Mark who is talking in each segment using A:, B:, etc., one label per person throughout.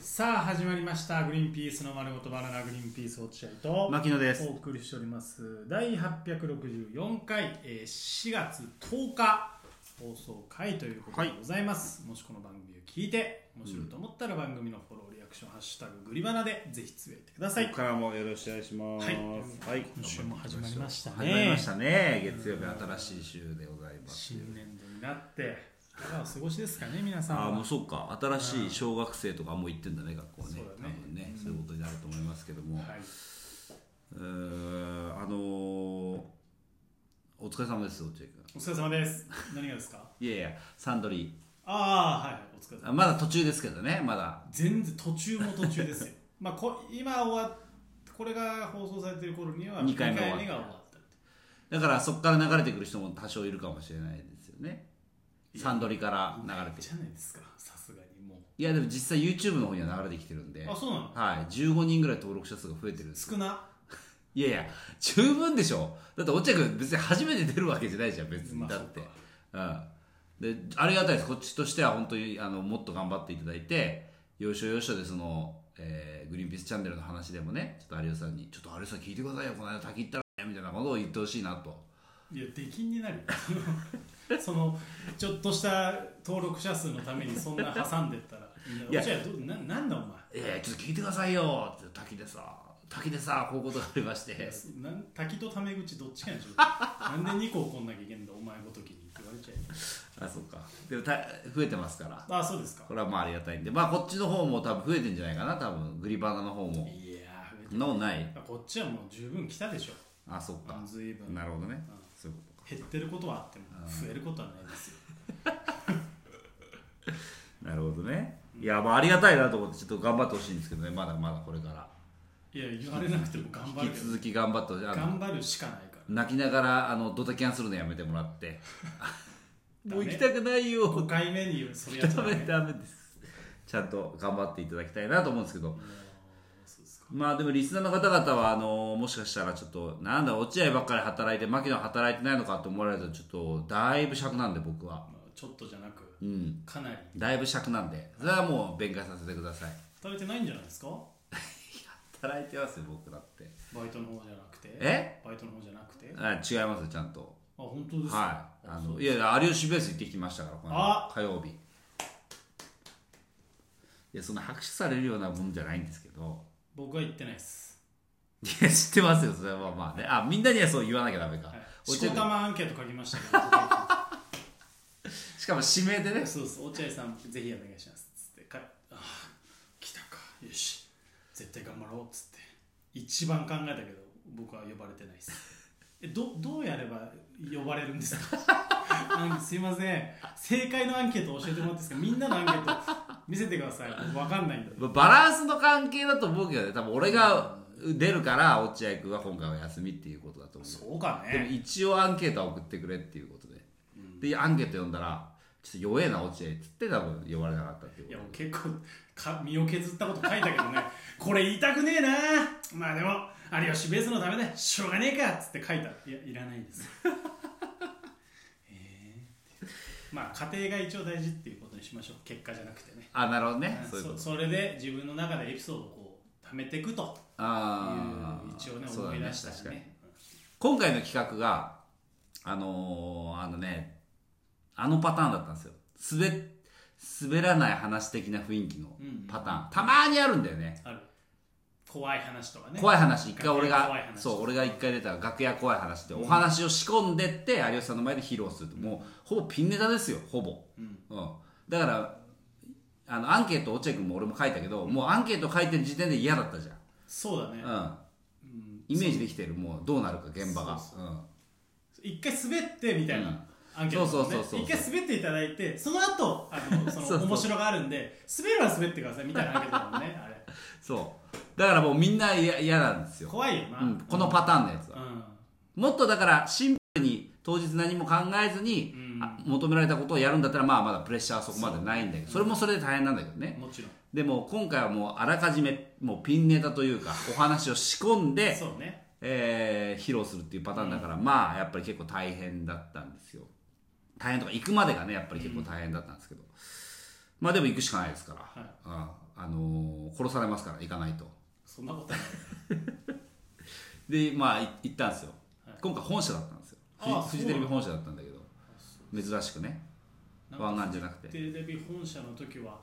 A: さあ始まりました「グリーンピースの丸ごとバナナグリーンピース落合」と
B: 牧野です
A: お送りしております第864回えー4月10日放送回ということでございます、もしこの番組を聞いて面白いと思ったら番組のフォローリアクション「ハッシュタググリバナ」でぜひつぶやいてくださ
B: こ
A: い
B: こからもよろしくお願いします。
A: はい
B: はい
A: 今週も始まりましたね
B: 始まりましたね。月曜日新しい週でございます。
A: 新年度になっていかがお過ごしですかね皆さんは
B: ああもうそうか。新しい小学生とかもう行ってんだね学校ね。
A: そうだね
B: 多分ね、そういうことになると思いますけども。
A: はいう
B: ーんあのーお疲れ様です落合君。
A: お疲れ様です何がですか
B: いやいやサンドリ
A: ああはいお疲れ様
B: ー。あまだ途中ですけどねまだ。
A: 全然途中も途中ですよ まあこ今終わっこれが放送されてる頃には
B: 二回目
A: 二
B: 終わった
A: が終わった
B: だからそこから流れてくる人も多少いるかもしれないですよね。サンドリから流れて
A: じゃないですかさすがにもう
B: いやでも実際 YouTube の方には流れてきてるんで
A: あそうなの
B: はい、15人ぐらい登録者数が増えてるんです
A: 少ない
B: やいや十分でしょだって落合君別に初めて出るわけじゃないじゃん別
A: ま
B: に
A: あ
B: だって、うんでありがたいですこっちとしては本当にあのもっと頑張っていただいて要所要所でその、えーグリーンピースチャンネルの話でもねちょっと有吉さんに「ちょっと有吉さん聞いてくださいよこの間滝行ったらね」みたいなことを言ってほしいなと
A: いや出禁になるよ そのちょっとした登録者数のためにそんな挟んでったらみん
B: い
A: な「
B: や
A: おちゃどななんだお前
B: 「えー、ちょっと聞いてくださいよ」って滝でさ滝でさこういうことがありまして
A: なん滝とタメ口どっちかにしろなんで2個怒んなきゃいけんだお前ごときにって言われちゃうよ
B: あそうかでもた増えてますから
A: あそうですか
B: これはまあありがたいんで、まあこっちの方も多分増えてんじゃないかな、多分グリバナの方も。
A: いやー別に
B: のない。
A: こっちはもう十分来たでしょ
B: あ、そっか。
A: 随分
B: なるほどね
A: うん。
B: そういうことか。
A: 減ってることはあっても増えることはないですよ
B: なるほどね。いや、まあありがたいなと思って、ちょっと頑張ってほしいんですけどね、まだまだこれから。
A: いや言われなくても頑張る
B: 引
A: け
B: き
A: ど
B: 続き頑張ってほしい。あの
A: 頑張るしかないか
B: 泣きながら、あの、ドタキャンするのやめてもらって。
A: ダメ
B: もう行きたくないよ。
A: ら5回目にそれやっちゃ
B: ダ
A: ダメ
B: メ、ダメです。ちゃんと頑張っていただきたいなと思うんですけど。
A: あーそうですか
B: まあでもリスナーの方々はあのもしかしたらちょっとなんだ落合ばっかり働いて牧野働いてないのかと思われるとちょっとだいぶ尺なんで僕は
A: まあちょっとじゃなく
B: うん
A: かなり
B: だいぶ尺なんでそれはもう弁解させてください
A: 食べてないんじゃないですか
B: 働いてますよ僕だって
A: バイトの方じゃなくて
B: え
A: バイトの方じゃなくてあ
B: あ違いますよちゃんと
A: 本当ですか
B: はいあ
A: そう
B: のいやいや有吉ベース行ってきましたからこの間
A: あ
B: 火曜日いやそんな拍手されるようなもんじゃないんですけど
A: 僕は言ってないです
B: いや知ってますよそれはまあねあみんなにはそう言わなきゃダメか、
A: はいし
B: 落合
A: こた
B: 君
A: まアンケート書きましたけ
B: しかも指名でね
A: どそうそう落合さんぜひお願いしますっつってかあー来たかよし絶対頑張ろうっつって一番考えたけど僕は呼ばれてないです えどどうやれば呼ばれるんですか なんすいません正解のアンケート教えてもらっていいですかみんなのアンケート見せてください僕わかんないんで
B: まあバランスの関係だと思うけどね多分俺が出るから落合君は今回は休みっていうことだと思う
A: そうか
B: でも
A: ね
B: 一応アンケートは送ってくれっていうことで、でアンケート読んだらちょっと弱えな落合っつって多分呼ばれなかったっていう
A: い
B: こ
A: や
B: と
A: もう結構か身を削ったこと書いたけどね これ言いたくねえなまあでも有吉ベースのためだしょうがねえかっつって書いたいやいらない ですえーってまあ家庭が一応大事っていうことにしましょう結果じゃなくてね
B: あなるほどねそういうこ
A: そ
B: と
A: それで自分の中でエピソードをこう貯めていくという
B: ああ
A: 一応ね
B: そう
A: 思
B: だ
A: い
B: ね
A: 出した
B: 確
A: ら
B: かに
A: ね
B: 今回の企画があのーあのねあのパターンだったんですよ滑滑らない話的な雰囲気のパターン、たまーにあるんだよね
A: ある怖い話とかね
B: 怖い話一回俺
A: 楽屋怖い
B: が
A: 話
B: そう俺が一回出た楽屋怖い話でお話を仕込んでって有吉さんの前で披露するともうほぼピンネタですよほぼ、うんだからあのアンケート落合君も俺も書いたけどもうアンケート書いてる時点で嫌だったじ
A: そうだね
B: ゃん、うん、イメージできてるもうどうなるか現場が
A: そう
B: うん
A: 一回滑ってみたいなアンケート
B: そうそう
A: ね
B: そうそう
A: 一回滑っていただいてその後あの そ
B: そう
A: の
B: そう
A: 面白があるんで滑るは滑ってくださいみたいなアンケートだもんねあれ
B: そうだからもうみんな嫌嫌なんですよ、
A: 怖いよな、
B: うん、このパターンのやつは、
A: うん
B: もっとだからシンプルに当日何も考えずに、あ求められたことをやるんだったらまあまだプレッシャーはそこまでないんだけどそれもそれで大変なんだけどね、
A: もちろん
B: でも今回はもうあらかじめもうピンネタというかお話を仕込んで、
A: そうね
B: えー披露するっていうパターンだから、まあやっぱり結構大変だったんですよ大変とか行くまでがねやっぱり結構大変だったんですけど、まあでも行くしかないですから、
A: い
B: ああのー殺されますから行かないと
A: そんなことない
B: でまあい行ったんですよ、
A: はい
B: 今回本社だったんですよフ
A: ああ
B: ジフジテレビ本社だったんだけど
A: そ
B: 珍しくね
A: なんか
B: 湾岸じゃなくて
A: テレビ本社の時は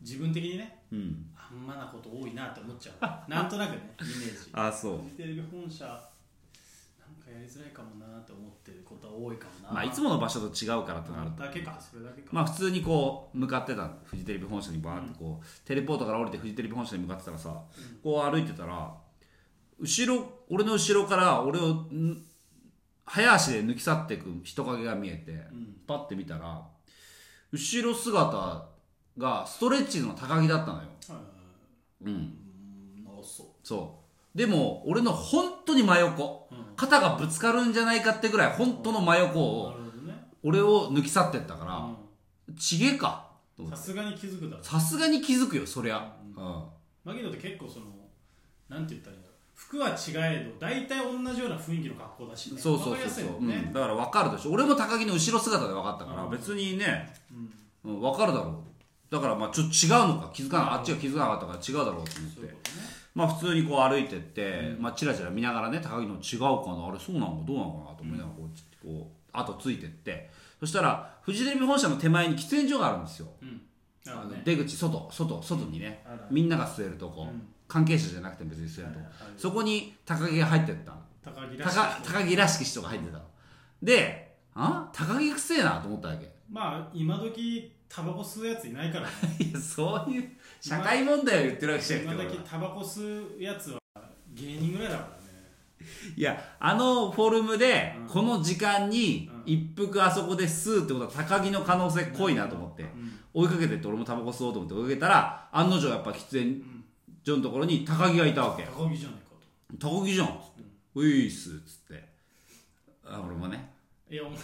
A: 自分的にね
B: うん
A: あんまなこと多いなって思っちゃ うなんとなくねイメージ
B: ああそう
A: テレビ本社なんかやりづらいかもなって思ってることは多いかもな
B: まあいつもの場所と違うからとなると
A: だけかそれだけか、
B: まあ普通にこう向かってたフジテレビ本社にバーってこう、テレポートから降りてフジテレビ本社に向かってたらさ、こう歩いてたら後ろ俺の後ろから俺をん早足で抜き去っていく人影が見えて、
A: ん
B: パッて見たら後ろ姿がストレッチーズの高木だったのよ
A: あ、
B: うん
A: うんあそ
B: そうでも俺の本当に真横、
A: うん
B: 肩がぶつかるんじゃないかってぐらい本当の真横
A: う
B: を
A: なるほどね
B: 俺を抜き去ってったから、ちげかと
A: うん
B: 思っ
A: さ
B: て
A: すがに気づくだろ
B: さすがに気づくよそりゃ、うん
A: マギドって結構そのなんて言ったらいいんだろう服は違えど大体同じような雰囲気の格好だし、ね、
B: そうそう
A: わかりや
B: そ
A: す
B: う
A: い
B: そう、
A: もん
B: うん
A: ね、
B: だから分かるでしょ俺も高木の後ろ姿で分かったから、
A: うん
B: 別にね、
A: うん
B: うん、分かるだろうだからまあちょっと違うのか気づかなあっちが気づかなかったから違うだろうと思
A: そういう
B: って
A: ことね
B: まあ普通にこう歩いてって、まあチラチラ見ながらね高木の違うかなあれそうなのかどうなのかなと思いながらこう,、こう後ついてってそしたらフジテレビ本社の手前に喫煙所があるんですよ、
A: うんなる
B: あ
A: ほど
B: の
A: ね
B: 出口外外外にね
A: あら
B: みんなが吸えるとこ、
A: うん
B: 関係者じゃなくても別に吸えると
A: は
B: こ、
A: いはいはい
B: そこに高木が入ってったの
A: 高木らしい
B: 高高木らしき人が入ってたのであ高木くせえなと思ったわけ
A: まあ今時タバコ吸うやついないから ね
B: いやそういう社会問題を言ってるわけじゃな
A: 今
B: くて
A: 時
B: 俺は
A: タバコ吸うやつは芸人ぐらいだからね
B: いやあのフォルムで
A: うん
B: この時間に一服あそこで吸うってことは高木の可能性濃いなと思って
A: うん
B: 追いかけてって俺もタバコ吸おうと思って追いかけたら案の定やっぱ喫煙
A: ん
B: 所のところに高木がいたわけ
A: 高木じゃないか
B: 高木じゃんっつって「ういっす」っつってあ俺もね
A: といやお前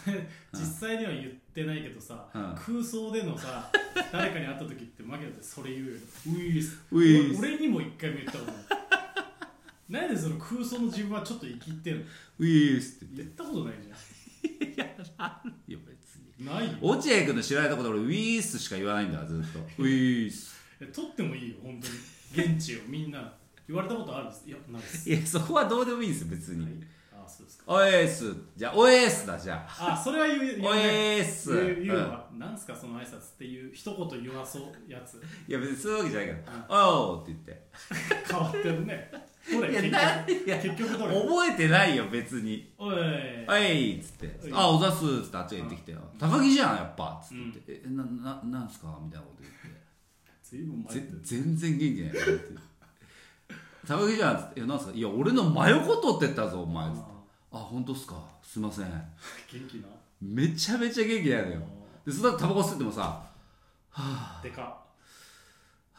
A: 実際には言ってないけどさ、
B: うん
A: 空想でのさ誰かに会った時ってマギだってそれ言うよウイルス
B: ウイルス
A: 俺俺にも一回も言ったことないなんでその空想の自分はちょっと生きってんの
B: 「ういっす」って
A: 言ったことないじ
B: 言っていや別に
A: ゃんないよ
B: 落合君の知らないところで俺ウィースしか言わないんだずっとウィース
A: え撮ってもいいよ本当に現地をみんな言われたことあるんですいやないです
B: いやそこはどうでもいいんですよ別に、
A: あそうですか
B: おえーすじゃあおえーすだじゃあ
A: あそれは言う言うね
B: おえーす
A: 言う言うの
B: うん
A: は、なんすかその挨拶っていう一言言わそうやつ
B: いや別にそういうわけじゃないけど「おー」って
A: 変わってるねどれ
B: 言っ
A: 結
B: ていやなんいや
A: 局結局どれ
B: 覚えてないよ別に
A: おい
B: 「おい」っつって
A: おい
B: 「あおざす」っつってあっちが言ってきて「高木じゃんやっぱ」っつって「えなななんすか?」みたいなこと言って
A: ずいぶん前
B: ぜ全然元気ないからって高木じゃんっつって「いやなんすかいや俺の真横取ってったぞお前」っつって「あ本当っすかすいません」
A: 元気な
B: めちゃめちゃ元気ないのよでその後タバコ吸ってもさ
A: でか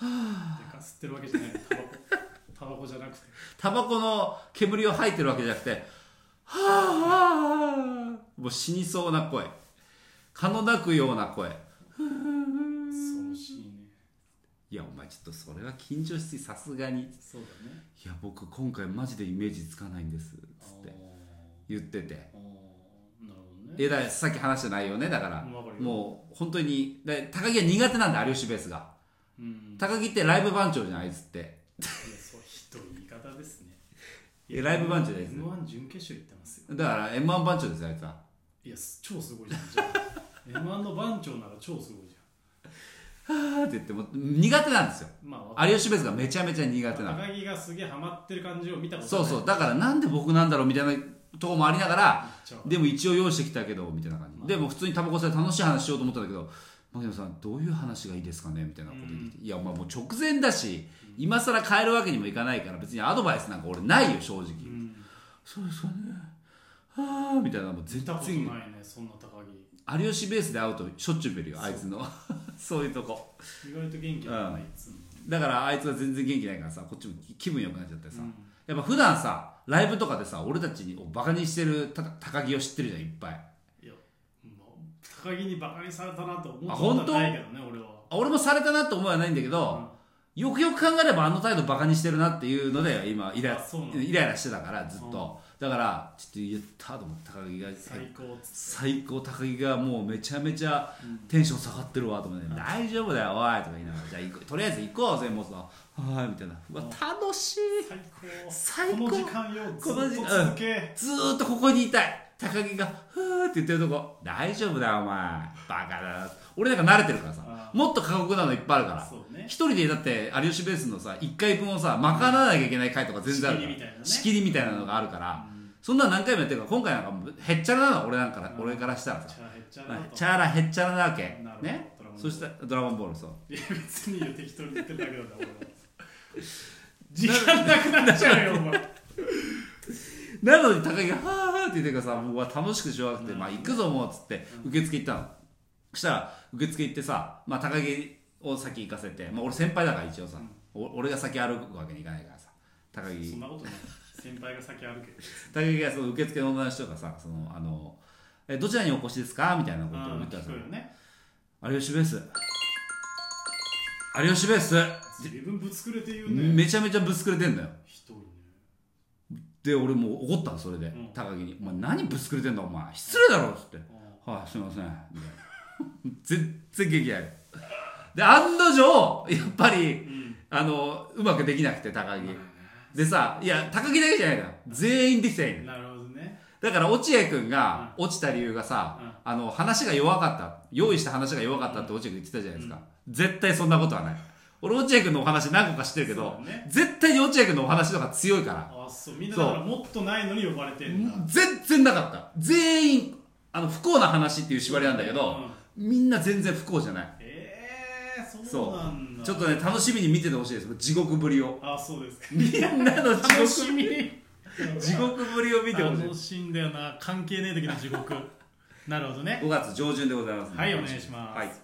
A: でか吸ってるわけじゃないタバコタバコじゃなくて
B: タバコの煙を吐いてるわけじゃなくてはあはあもう死にそうな声蚊の鳴くような声
A: 恐ろしいね
B: いやお前ちょっとそれは緊張しすぎさすがにい
A: そうだね
B: や僕今回マジでイメージつかないんですつって言ってて
A: あーあーなるほどね
B: えだからさっき話した内容ねだから
A: わかるよ
B: もう本当にで高木は苦手なんだ有吉ベースが
A: うん
B: 高木ってライブ番長じゃんあいつって
A: いやそうひどい言い方ですね
B: えライブ番長です
A: m 1準決勝行ってますよ
B: だから m 1番長ですよあいつはい
A: やす超すごいじゃんじゃ あ m 1の番長なら超すごいじ
B: はぁって言ってもう苦手なんですよ
A: ゃんまあわか
B: 有吉ベースがめちゃめちゃ苦手なの
A: 高木がすげえハマってる感じを見たこと
B: そ
A: な
B: う
A: い
B: そうだからなんで僕なんだろうみたいなとこもありながら
A: じゃあ
B: でも一応用意してきたけどみたいな感
A: まあ
B: じでも普通にタバコ吸って楽しい話しようと思ったんだけど牧野さんどういう話がいいですかねみたいなこと言ってきていやお前もう直前だし今更変えるわけにもいかないから別にアドバイスなんか俺ないよ正直
A: うん
B: そうですかねはあみたいなもう
A: 見
B: 全
A: たこと
B: 然
A: ないねそんな高木
B: 有吉ベースで会うとしょっちゅう見るよあいつの そういうとこ
A: 意外と元気だないつも
B: だからあいつは全然元気ないからさこっちも気分良くなっちゃってさ、
A: うん
B: やっぱ普段さライブとかでさ俺たちをバカにしてるた高木を知ってるじゃんいっぱい
A: いやもう高木にバカにされたなと思
B: あ
A: っ
B: 本
A: た
B: 当
A: ことはないけどね俺は
B: あ俺もされたなって思いはないんだけど、よくよく考えればあの態度バカにしてるなっていうので今イラ
A: あそうなんだ
B: イライラしてたからずっと、だからちょっと言ったと思って高木が
A: 最高っつ
B: 最高高木がもうめちゃめちゃテンション下がってるわと思って、大丈夫だよおいとか言いながらじゃあ行こうとりあえず行こうぜもうさはいみたいなうわ楽しい
A: って最高
B: 最高
A: この時間よず
B: この時
A: っと
B: 間
A: 続け
B: ずーっとここにいたい高木が「ふー」って言ってるとこ「大丈夫だよお前バカだな」俺なんか慣れてるからさ
A: あ
B: もっと過酷なのいっぱいあるから
A: そうね
B: 一人でだって有吉ベースのさ1回分をさ賄わなきゃいけない回とか全然あるから
A: 仕切りみたいなね
B: 仕切りみたいなのがあるから、そんなの何回もやってるから今回なんかもうへっちゃらなの俺なんか、
A: うん
B: 俺からしたらさ
A: チャラ減っちゃう
B: ま
A: な
B: あ
A: と
B: チャラへっちゃらなわけ
A: なるほど
B: ね
A: ドラゴンボール
B: そしたらドラゴンボールそう
A: いや別にいいよ適当に言ってるだけだか ら俺は時間なくなっちゃうよお前
B: なのに高木が「はあはあ」って言ってからさ「もううわ楽しくしようがなくて、
A: うん
B: まあ行くぞもう」っつって受付行ったの、そしたら受付行ってさ、まあ、高木を先行かせて、まあ、俺先輩だから一応さ、お俺が先歩くわけにいかないからさ高
A: そん
B: 木
A: なことない先輩が先歩け
B: 高木がその受付の女の人がさそのあのえ「どちらにお越しですか?」みたいなことを
A: あ
B: 言
A: あ
B: ったら
A: 聞
B: さ
A: くよね
B: 「有吉ベース有吉ベース」
A: 自分ぶつくれて言うね
B: めちゃめちゃぶつくれてんだよ
A: 一人ね
B: で俺もう怒ったのそれで、
A: ん
B: 高木に「お前何ぶつくれてんだお前失礼だろ」っつって
A: あ
B: はい、すみません。 みたいな全然激やる。で、案の定、やっぱ
A: あう
B: り、
A: ん
B: あの、うまくできなくて、高
A: ま
B: 木
A: あね。
B: でさ、いや、高木だけじゃないのよ。全員できたらいいのよ。
A: なるほどね
B: だから、落合くんが落ちた理由がさ、あの、話が弱かった。用意した話が弱かったって落合くん言ってたじゃないですか。絶対そんなことはない。俺、落合くんのお話何個か知ってるけど、
A: そうだね
B: 絶対に落合くんのお話とか強いから。
A: あそうみんなだからもっとないのに呼ばれてんだ
B: 全然なかった。全員、あの、不幸な話っていう縛りなんだけど、みんな全然不幸じゃない。
A: ええそう
B: そ
A: なんだ
B: う。ちょっとね、楽しみに見ててほしいです。地獄ぶりを。
A: あそうですか
B: みんなの地
A: 楽
B: 獄
A: し、み
B: 地獄ぶりを見てほしい。
A: 楽しいんだよな関係ねえ時の地獄なるほどね
B: 5月上旬でございます、
A: はいお願いします
B: はい